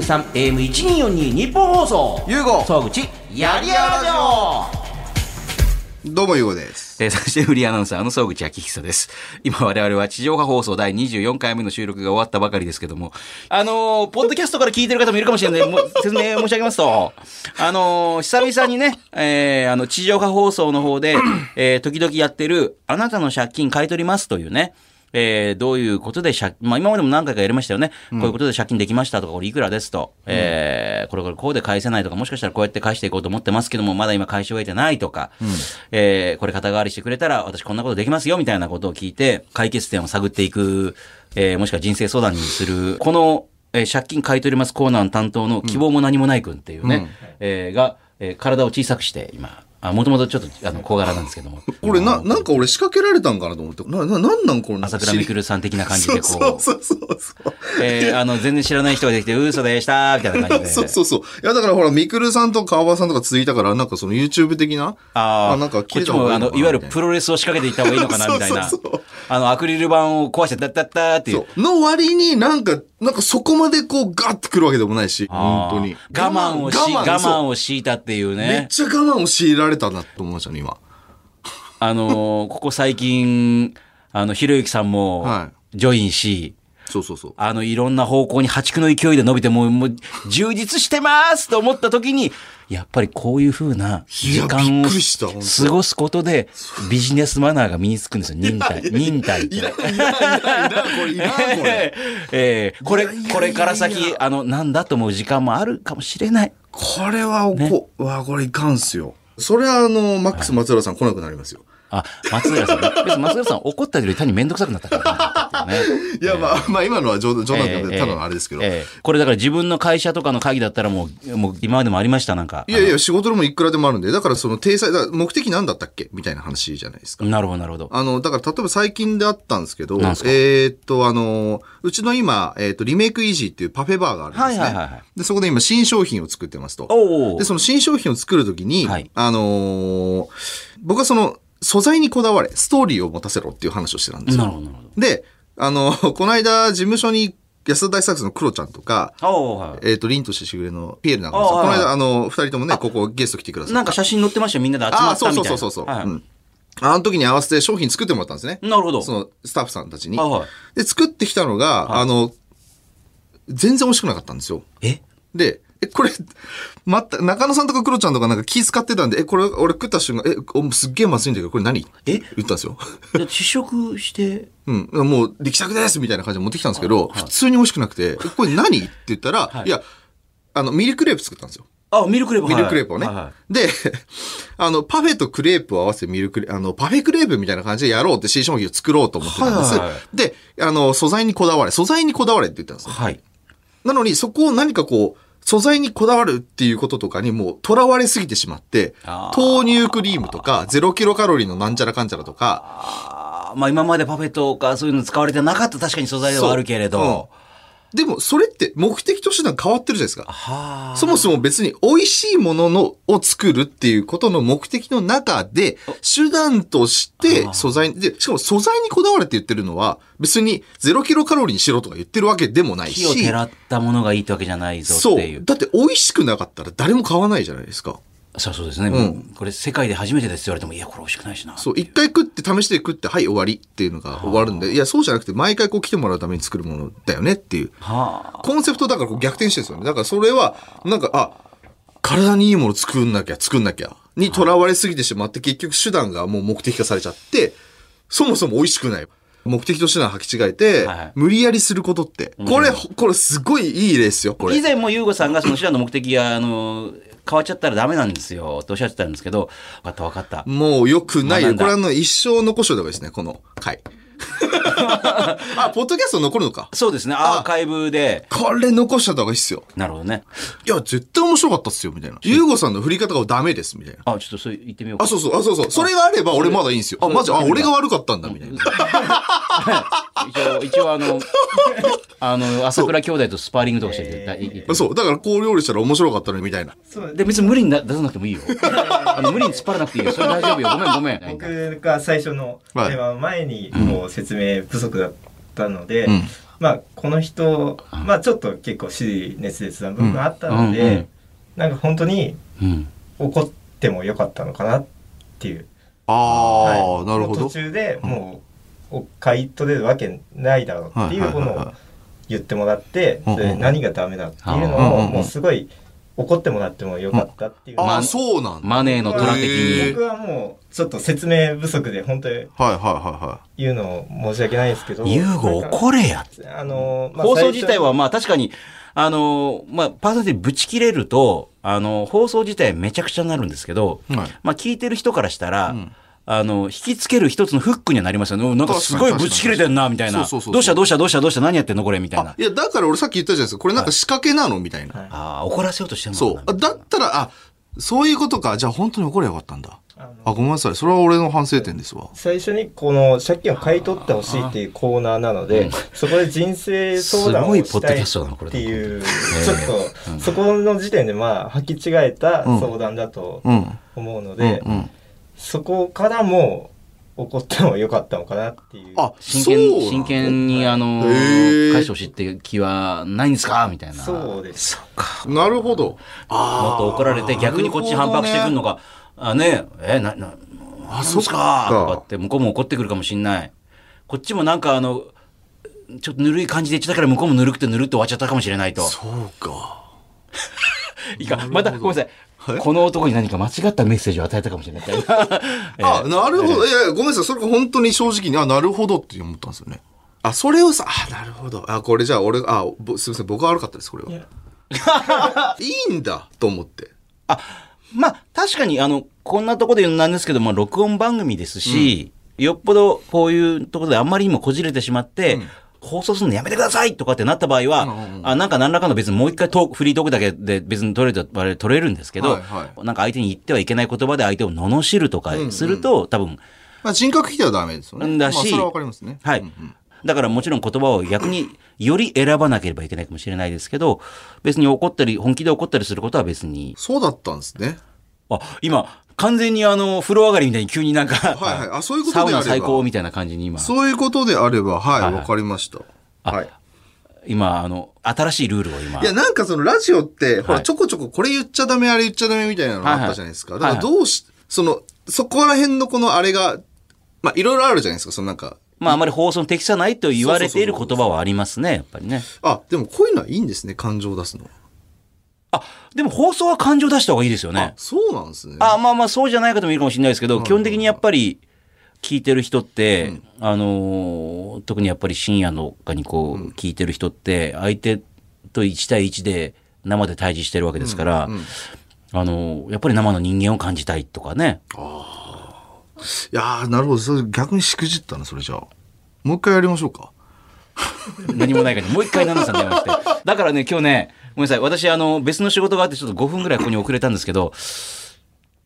FM93AM1242 日本放送ゆうご総口やりやらじょどうもゆうごですえーそしてフリーアナウンサーの総口昭久です。今我々は地上波放送第24回目の収録が終わったばかりですけども、あのーポッドキャストから聞いてる方もいるかもしれない。もう説明申し上げますと、あのー久々にね、えーあの、地上波放送の方で、えー時々やってる、あなたの借金買い取りますというね、えーどういうことで借金、まあ今までも何回かやりましたよね。こういうことで借金できましたとか、これいくらですと、えーこれこれこうで返せないとか、もしかしたらこうやって返していこうと思ってますけども、まだ今返し終えてないとか、えーこれ肩代わりしてくれたら私こんなことできますよみたいなことを聞いて、解決点を探っていく、えーもしくは人生相談にする、この、えー借金買い取りますコーナーの担当の希望も何もないくんっていうね、えーが、えー体を小さくして今、あ、もともとちょっとあの小柄なんですけども。 これな、なんか俺仕掛けられたんかなと思って、な、な、なんなんこれ朝倉未来さん的な感じでこう。そうそうそうそう。えーあの、全然知らない人ができて、嘘でした、みたいな感じで。そうそうそう。いや、だからほら、みくるさんと川場さんとか続いたから、なんかその YouTube 的な、ああ、なんかこ切っれちた方も、があいいのの、かなみたいないわゆるプロレスを仕掛けていった方がいいのかな、みたいなそうそうそう。あの、アクリル板を壊して、だったったっていう。そう。の割になんか、なんかそこまでこうガッてくるわけでもないし、あ本ー当に。我慢をし、我そう慢を強いたっていうめっね。ちゃ我慢を強いられたなと思いましたね、今。あのー、ここ最近、あの、ひろゆきさんもは、ジョインし、そうそうそう。あの、いろんな方向に破竹の勢いで伸びて、もう、もう、充実してますと思った時に、やっぱりこういう風な時間いやびをっくりした本当過ごすことで、ビジネスマナーが身につくんですよ。忍耐。忍耐っていらん、いらん、いらん、いらん、これ、いらん、これ。えーこれいやいやい、やこれから先、あの、なんだと思う時間もあるかもしれない。これはおこ、わ、これいかんすよ。それはあの、マックス松浦さん来なくなりますよ。あ、松浦さんね。別に松浦さん怒ったより単に面倒くさくなったからね。いや、まあ、まあ、今のは冗談冗談で、ええただのあれですけど。えーえーこれだから自分の会社とかの会議だったらもう、もう今までもありました、なんか。いやいや、仕事でもいくらでもあるんで、だからその、体裁、だから目的何だったっけみたいな話じゃないですか。なるほど、なるほど。あの、だから、例えば最近であったんですけど、えなんすかーっと、あの、うちの今、えーっと、リメイクイージーっていうパフェバーがあるんですね。はいはいはいはいで、そこで今、新商品を作ってますと。おおで、。その新商品を作るときに、はいあのー僕はその、素材にこだわれ、ストーリーを持たせろっていう話をしてたんですよ。なるほどなるほで、あの、 この間、事務所に安田大作戦のクロちゃんとか、おおはい。えっ、と、凛としてしぐれのピエールなんかもさああこの間、はあの、二人ともね、ここゲスト来てくださった。なんか写真載ってましたよみんなで集あまあ、ったそみうたそいうな。そうそうそう、はいうん。あの時に合わせて商品作ってもらったんですね。なるほど。そのスタッフさんたちに。はいはいで、作ってきたのが、あの、全然美味しくなかったんですよ。えで、え、これ、また、中野さんとかクロちゃんとかなんか気使ってたんで、え、これ、俺食った瞬間、え、おすっげえまずいんだけど、これ何えって言ったんですよ。 で 試食して、うん。もう、力作ですみたいな感じで持ってきたんですけど、普通に美味しくなくて、えこれ何って言ったら、いいや、あの、ミルクレープ作ったんですよ。あ、ミルクレープミルクレープをね。はいはいで、 あの、パフェとクレープを合わせてミルクレあの、パフェクレープみたいな感じでやろうって新商品を作ろうと思ってたんです。はいはいはで、あの、素材にこだわれ、素材にこだわれって言ったんですよ。はい。なのに、そこを何かこう、素材にこだわるっていうこととかにもう囚われすぎてしまってあ、豆乳クリームとか、0キロカロリーのなんちゃらかんちゃらとか、あーまあ今までパフェとかそういうの使われてなかった確かに素材ではあるけれど。うんでも、それって目的と手段変わってるじゃないですか。はあ。そもそも別に美味しいもののを作るっていうことの目的の中で、手段として素材に、で、しかも素材にこだわれって言ってるのは、別に0キロカロリーにしろとか言ってるわけでもない火をし照、らったものがいいってわけじゃないぞっそ。ていうう。だって美味しくなかったら誰も買わないじゃないですか。そうそうですね、うんこれ世界で初めてですって言われても、いや、これ美味しくないしな。そう、一回食って試して食って、はい、終わりっていうのが終わるんで、いや、そうじゃなくて、毎回こう来てもらうために作るものだよねっていう。はあ。コンセプトだからこう逆転してるんですよね。だからそれは、なんか、あ、体にいいもの作んなきゃ、作んなきゃ、に囚われすぎてしまって、結局手段がもう目的化されちゃって、そもそも美味しくない。目的と手段履き違えてはい、無理やりすることって。これ、これすごいいい例ですよ、これ。以前も優吾さんがその手段の目的が、あの、変わっちゃったらダメなんですよ、っておっしゃってたんですけど、分かった分かった。もう良くない学よ。んだこれあの、一生残しといた方がいいですね、この 回。あ、ポッドキャスト残るのか。そうですね、アーカイブで。これ残しといた方がいいっすよ。なるほどね。いや、絶対面白かったっすよ、みたいな。ゆうごさんの振り方がダメです、みたいな。あ、ちょっとそれ言ってみようか。あ、そうそう、あ、そうそう。それがあれば俺まだいいんですよ。あ、マジ、あ、俺が悪かったんだ、みたいな。一応、一応あの、あの、朝倉兄弟とスパーリングとかしてて、だいいあそう。だから、こう料理したら面白かったのに、みたいな。で、別に無理にな出さなくてもいいよ。あの無理に突っ張らなくていいよ。それ大丈夫よ。ごめんごめん。僕が最初のはい電話前にこう説明不足だったので、んまあこの人まあちょっと結構私熱烈な部分があったので、うんうんうんなんか本当にうん。怒ってもよかったのかなっていうああ、はいなるほもどう途。中でもう、お買い取れるわけないだろうっていうものを言ってもらって、うんうんで何がダメだっていうのうんを、うんうんもうすごい怒ってもらってもよかったっていうのあは、あ、そうなんだ。マネーの虎的へに。僕はもうちょっと説明不足で本当にはいはいはいはい。言うの申し訳ないですけどユーゴなんか怒れや。あの、まあ放送自体は最初まあ確かに、あの、まあパーソナリティぶち切れると、あの、放送自体めちゃくちゃになるんですけど、はいまあ聞いてる人からしたら、んあの、引きつける一つのフックにはなりますよね。おなんかすご確いかに確かにぶち切れてんな、みたいな。そうそうそうそうどうしたどうしたどうしたどうした何やってんのこれ、みたいなあ。いや、だから俺さっき言ったじゃないですか。これなんか仕掛けなのみたいな。はいああ、怒らせようとしてるのそう。かあなだったら、あ、そういうことか。じゃあ本当に怒ればよかったんだ。あのあ、ごめんなさい。それは俺の反省点ですわ。最初にこの借金を買い取ってほしいっていうコーナーなので、そこで人生相談をすごいポッしドキたいャっストだなこれていう、ちょーっと、そこの時点でまあ、履き違えたうん相談だとうん。思うのうんでう、ん。そこからも怒ってもよかったのかなっていう。あ、真そう剣、なの真剣に、あの、へえ返してほしいっていう気はないんですかみたいな。そうです。なるほど。もっと怒られて逆にこっち反駁してくるのが、あねえななあそそうかっかとかって向こうも怒ってくるかもしんないこっちもなんかあのちょっとぬるい感じで言っちゃったから向こうもぬるくてぬるって終わっちゃったかもしれないとそうか。いいかまたごめんなさいこの男に何か間違ったメッセージを与えたかもしれないみたいなえあ、なるほど。いやいや、ごめんなさい。それが本当に正直に、あ、なるほどって思ったんですよね。あ、それをさ、あ、なるほど。あ、これじゃあ俺、あ、ぼすみません。僕が悪かったです、これは。 いいんだと思って。あまあ確かにあのこんなとこで言うのなんですけど、まあ、録音番組ですし、よっぽどこういうところであんまりにもこじれてしまって、放送するのやめてくださいとかってなった場合は、あなんか何らかの別にもう一回トークフリートークだけで別に取れるとあれ取れるんですけど、はいはなんか相手に言ってはいけない言葉で相手を罵るとかすると、多分まあ、人格否定はダメですよね。だし、まあ、それはわかりますね。はい、うんうんだからもちろん言葉を逆により選ばなければいけないかもしれないですけど、別に怒ったり、本気で怒ったりすることは別にそうだったんですね。あ、今、完全にあの、風呂上がりみたいに急になんか、はいはいあそういうことサウであれナば最高みたいな感じに今、そういうことであれば、はい、わ、はいかりました。あはい。今、あの、新しいルールを今い。や、なんかそのラジオって、ほはら、いちょこちょここれ言っちゃダメ、あれ言っちゃダメみたいなのがあったじゃないですか。はいはいだからどうし、その、そこら辺のこのあれが、まあ、いろいろあるじゃないですか、そのなんか。まあ、あまり放送の適さないと言われているそうそう言そうそう葉はありますね、やっぱりね。あ、でもこういうのはいいんですね、感情を出すのは。あ、でも放送は感情出した方がいいですよね。そうなんですね。あ、まあまあ、そうじゃない方もいるかもしれないですけど、基本的にやっぱり、聞いてる人って、あのー特にやっぱり深夜のかにこう、聞いてる人って、相手と1対1で生で対峙してるわけですから、あのーやっぱり生の人間を感じたいとかね。いやー、なるほど。それ逆にしくじったな、それじゃあ。もう一回やりましょうか。何もないからもう一回ナナさんに電話して。だからね、今日ね、ごめんなさい。私、あの、別の仕事があって、ちょっと5分ぐらいここに遅れたんですけど、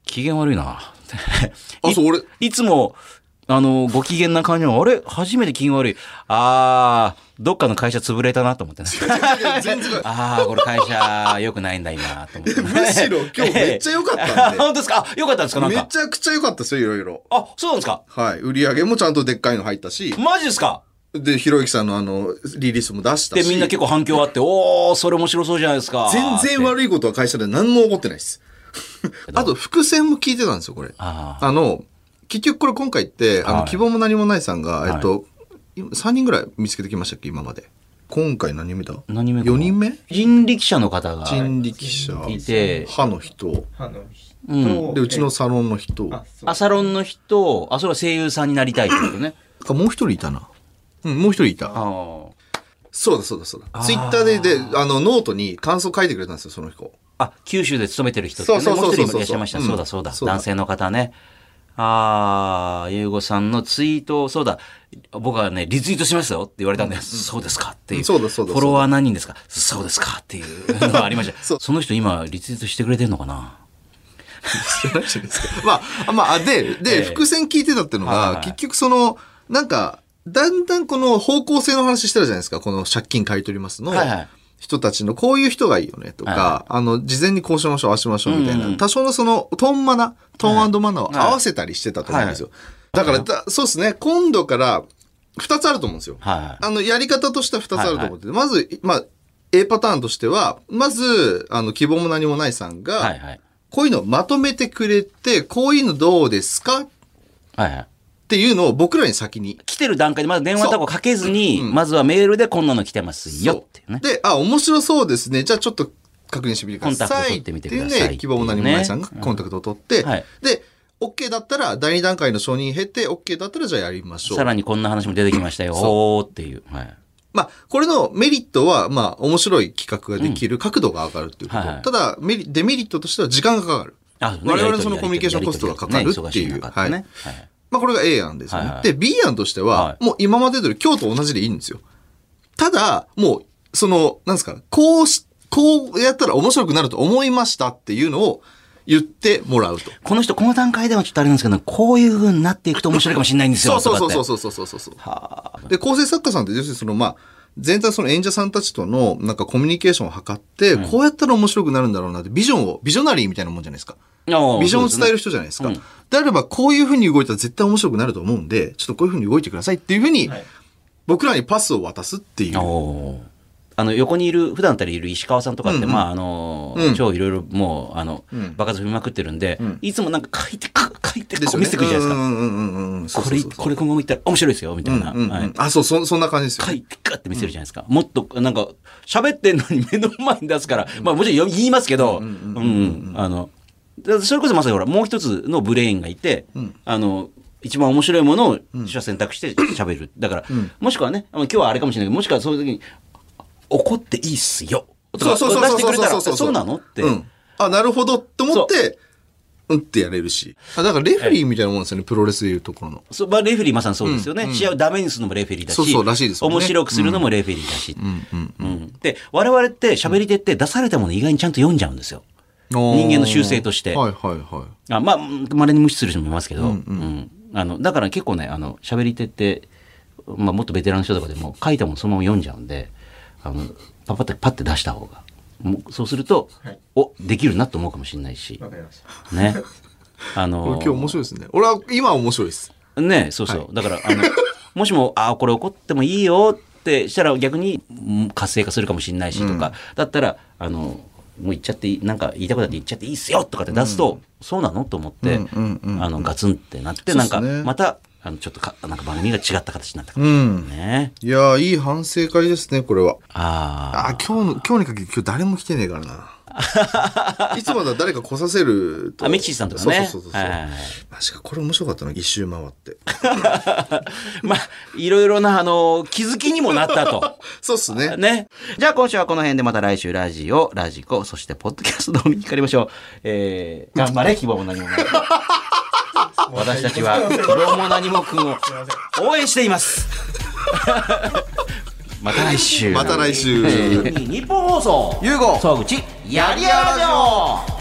機嫌悪いな。 あ、そう、俺、いつも、あの、ご機嫌な感じの、あれ初めて機嫌悪い。あー、どっかの会社潰れたなと思ってね。 全然。あー、これ会社良くないんだ、今、と思って。むしろ 今日めっちゃ良かったんで本当ですかあ、良かったんですかなんめか。ちゃくちゃ良かったですよ、いろいろ。あ、そうなんですかはい。売り上げもちゃんとでっかいの入ったし、マジですかで、ひろゆきさんのあの、リリースも出したで、し。みんな結構反響あって、おー、それ面白そうじゃないですか。全然悪いことは会社で何も起こってないです。あと、伏線も聞いてたんですよ、これ。ああの、結局これ今回って、あはの、い希望も何もないさんが、いえっと、今3人ぐらい見つけてきましたっけ、今まで。今回何人目だ何目かな ?4 人目人力車の方が人力車。いて、歯の人。あの人、うんで、うちのサロンの人。あかそうあ、サロンの人、あ、それは声優さんになりたいってことね。もう一人いたな。うん、もう一人いた。あそうだそうだそうだ。ツイッターで、で、あの、ノートに感想書いてくれたんですよ、その人。あ、九州で勤めてる人ってね、そうそうもそうう一そう人いらっしゃいました。うんそうだそうだ。そうだ男性の方ね。ああ、ゆうごさんのツイートを、そうだ、僕はね、リツイートしましたよって言われたんで、そうですかっていう。そうだそうだフォロワー何人ですかそうですかっていうのがありました。そそうの人今、リツイートしてくれてるのかな知らないじゃないですか。 まあ、まあ、で、ええで、伏線聞いてたってのはいはがい、結局その、なんか、だんだんこの方向性の話してたじゃないですか。この借金買い取りますのはいはい人たちのこういう人がいいよねとはいはか、あの、事前にこうしましょう、ああしましょうみたいうんうんな。多少のその、トーンマナ、トーンマナーをはい合わせたりしてたと思うんですよ。だから、だそうですね、今度から、二つあると思うんですよ。はいあの、やり方としては二つあると思ってて、まず、まあ、A パターンとしては、まず、あの、希望も何もないさんが、はいはいこういうのをまとめてくれて、こういうのどうですかっはいはいていうのを僕らに先に。来てる段階でまだ電話とかかけずに、そううんまずはメールでこんなの来てますよっていうね。で、あ、面白そうですね。じゃあちょっと確認してみてくだコンタクトさ取い。ってみてくださいっていうね希望も何もないさんがコンタクトを取って、うんはいで、OK だったら、第2段階の承認経て、OK だったらじゃあやりましょう。さらにこんな話も出てきましたよ。おーっていう。はい。まあ、これのメリットは、まあ、面白い企画ができる、角度が上がるっていうこと。はいはいただメリ、デメリットとしては時間がかかる。あそうね我々のやりとりそのコミュニケーションコストがかかるってやりとりいやう。りとりやりとりね忙しい中でねはいまあ、これが A 案ですよね。はいはいで、B 案としては、はいもう今まで通り今日と同じでいいんですよ。ただ、もう、その、なんですか、こうし、こうやったら面白くなると思いましたっていうのを言ってもらうと。この人、この段階ではちょっとあれなんですけど、こういう風になっていくと面白いかもしれないんですそよ。。うそうそうそううそうそうそうそう。で、構成作家さんって、要するにその、まあ、全体その演者さんたちとの、なんかコミュニケーションを図って、こうやったら面白くなるんだろうなって、ビジョンを、ビジョナリーみたいなもんじゃないですか。ああビジョンを伝える人じゃないですか。うでんあれば、こういうふうに動いたら絶対面白くなると思うんで、ちょっとこういうふうに動いてくださいっていうふうにはい、僕らにパスを渡すっていう。おーあの横にいる普段だったらいる石川さんとかって、うんうんまああのうん超いろいろもうあの、ん爆発踏みまくってるんで、んいつもなんか書いてか書いてですこようね見せてくるじゃないですか、うんうんうんうんうん。そうこそうれそうこれこのままいったら面白いですよみたいな、うんうんうんはい、あ、そう、そ、そんな感じですよ。書いてかって見せるじゃないですか、もっとなんか喋ってんのに 目の前に出すから、まあもちろん言いますけどうんあのだそれこそまさにほらもう一つのブレインがいて、あの一番面白いものを取捨選択して 喋る、だから、もしくはねあの今日はあれかもしれないけどもしくはそういう時に「怒っていいっすよ」とかそうそうそう出そしうてくれたそらう「そうそうなの?」って、うんあ、なるほどって思って、うんってやれるし。あ、だからレフェリーみたいなもんですよね、プロレスでいうところの。そうまあ、レフェリーまさにそうですよね、試合をダメにするのもレフェリーだしそうそうらしいですもんね面白くするのもレフェリーだし、うんで我々って喋り手って出されたもの意外にちゃんと読んじゃうんですよ。人人間の習性としてはいはいはい。あまあまれに無視する人もいますけど、うんあのだから結構ねあの喋り手って、まあ、もっとベテランの人とかでも書いたものそのまま読んじゃうんであのパパってパッて出した方がもうそうすると、はいおできるなと思うかもしれないしわかりました。ね。こあれの今日面白いですね。 俺は今は面白いです。ねそうそう、だからあのもしも「ああこれ怒ってもいいよ」ってしたら逆にうん活性化するかもしれないしとか、だったらあのもう言っちゃっていいなんか言いたくなって言っちゃっていいっすよとかって出すと、そうなのと思って、うんうんうんうんあのガツンってなっそて、うっなんすかねまたあのちょっとかなんか番組が違った形になったかうもしん。れないね。いやー、いい反省会ですね、これは。ああー、今日の、今日に限り今日誰も来てねえから な。いつもだ誰か来させるああミキシーさんとかねそうそうそうそう。はいマジか、これ面白かったな、一周回って。あ まあいろいろなあの気づきにもなったと。そうっすね。ね。じゃあ今週はこの辺でまた来週ラジオ、ラジコ、そしてポッドキャストの方に光りましょう。えー、頑張れ、希望も何も ない。私たちは、希望も何もくんを応援してい ます。また来週。また来週。日本放送ゆうご沢口やりやろう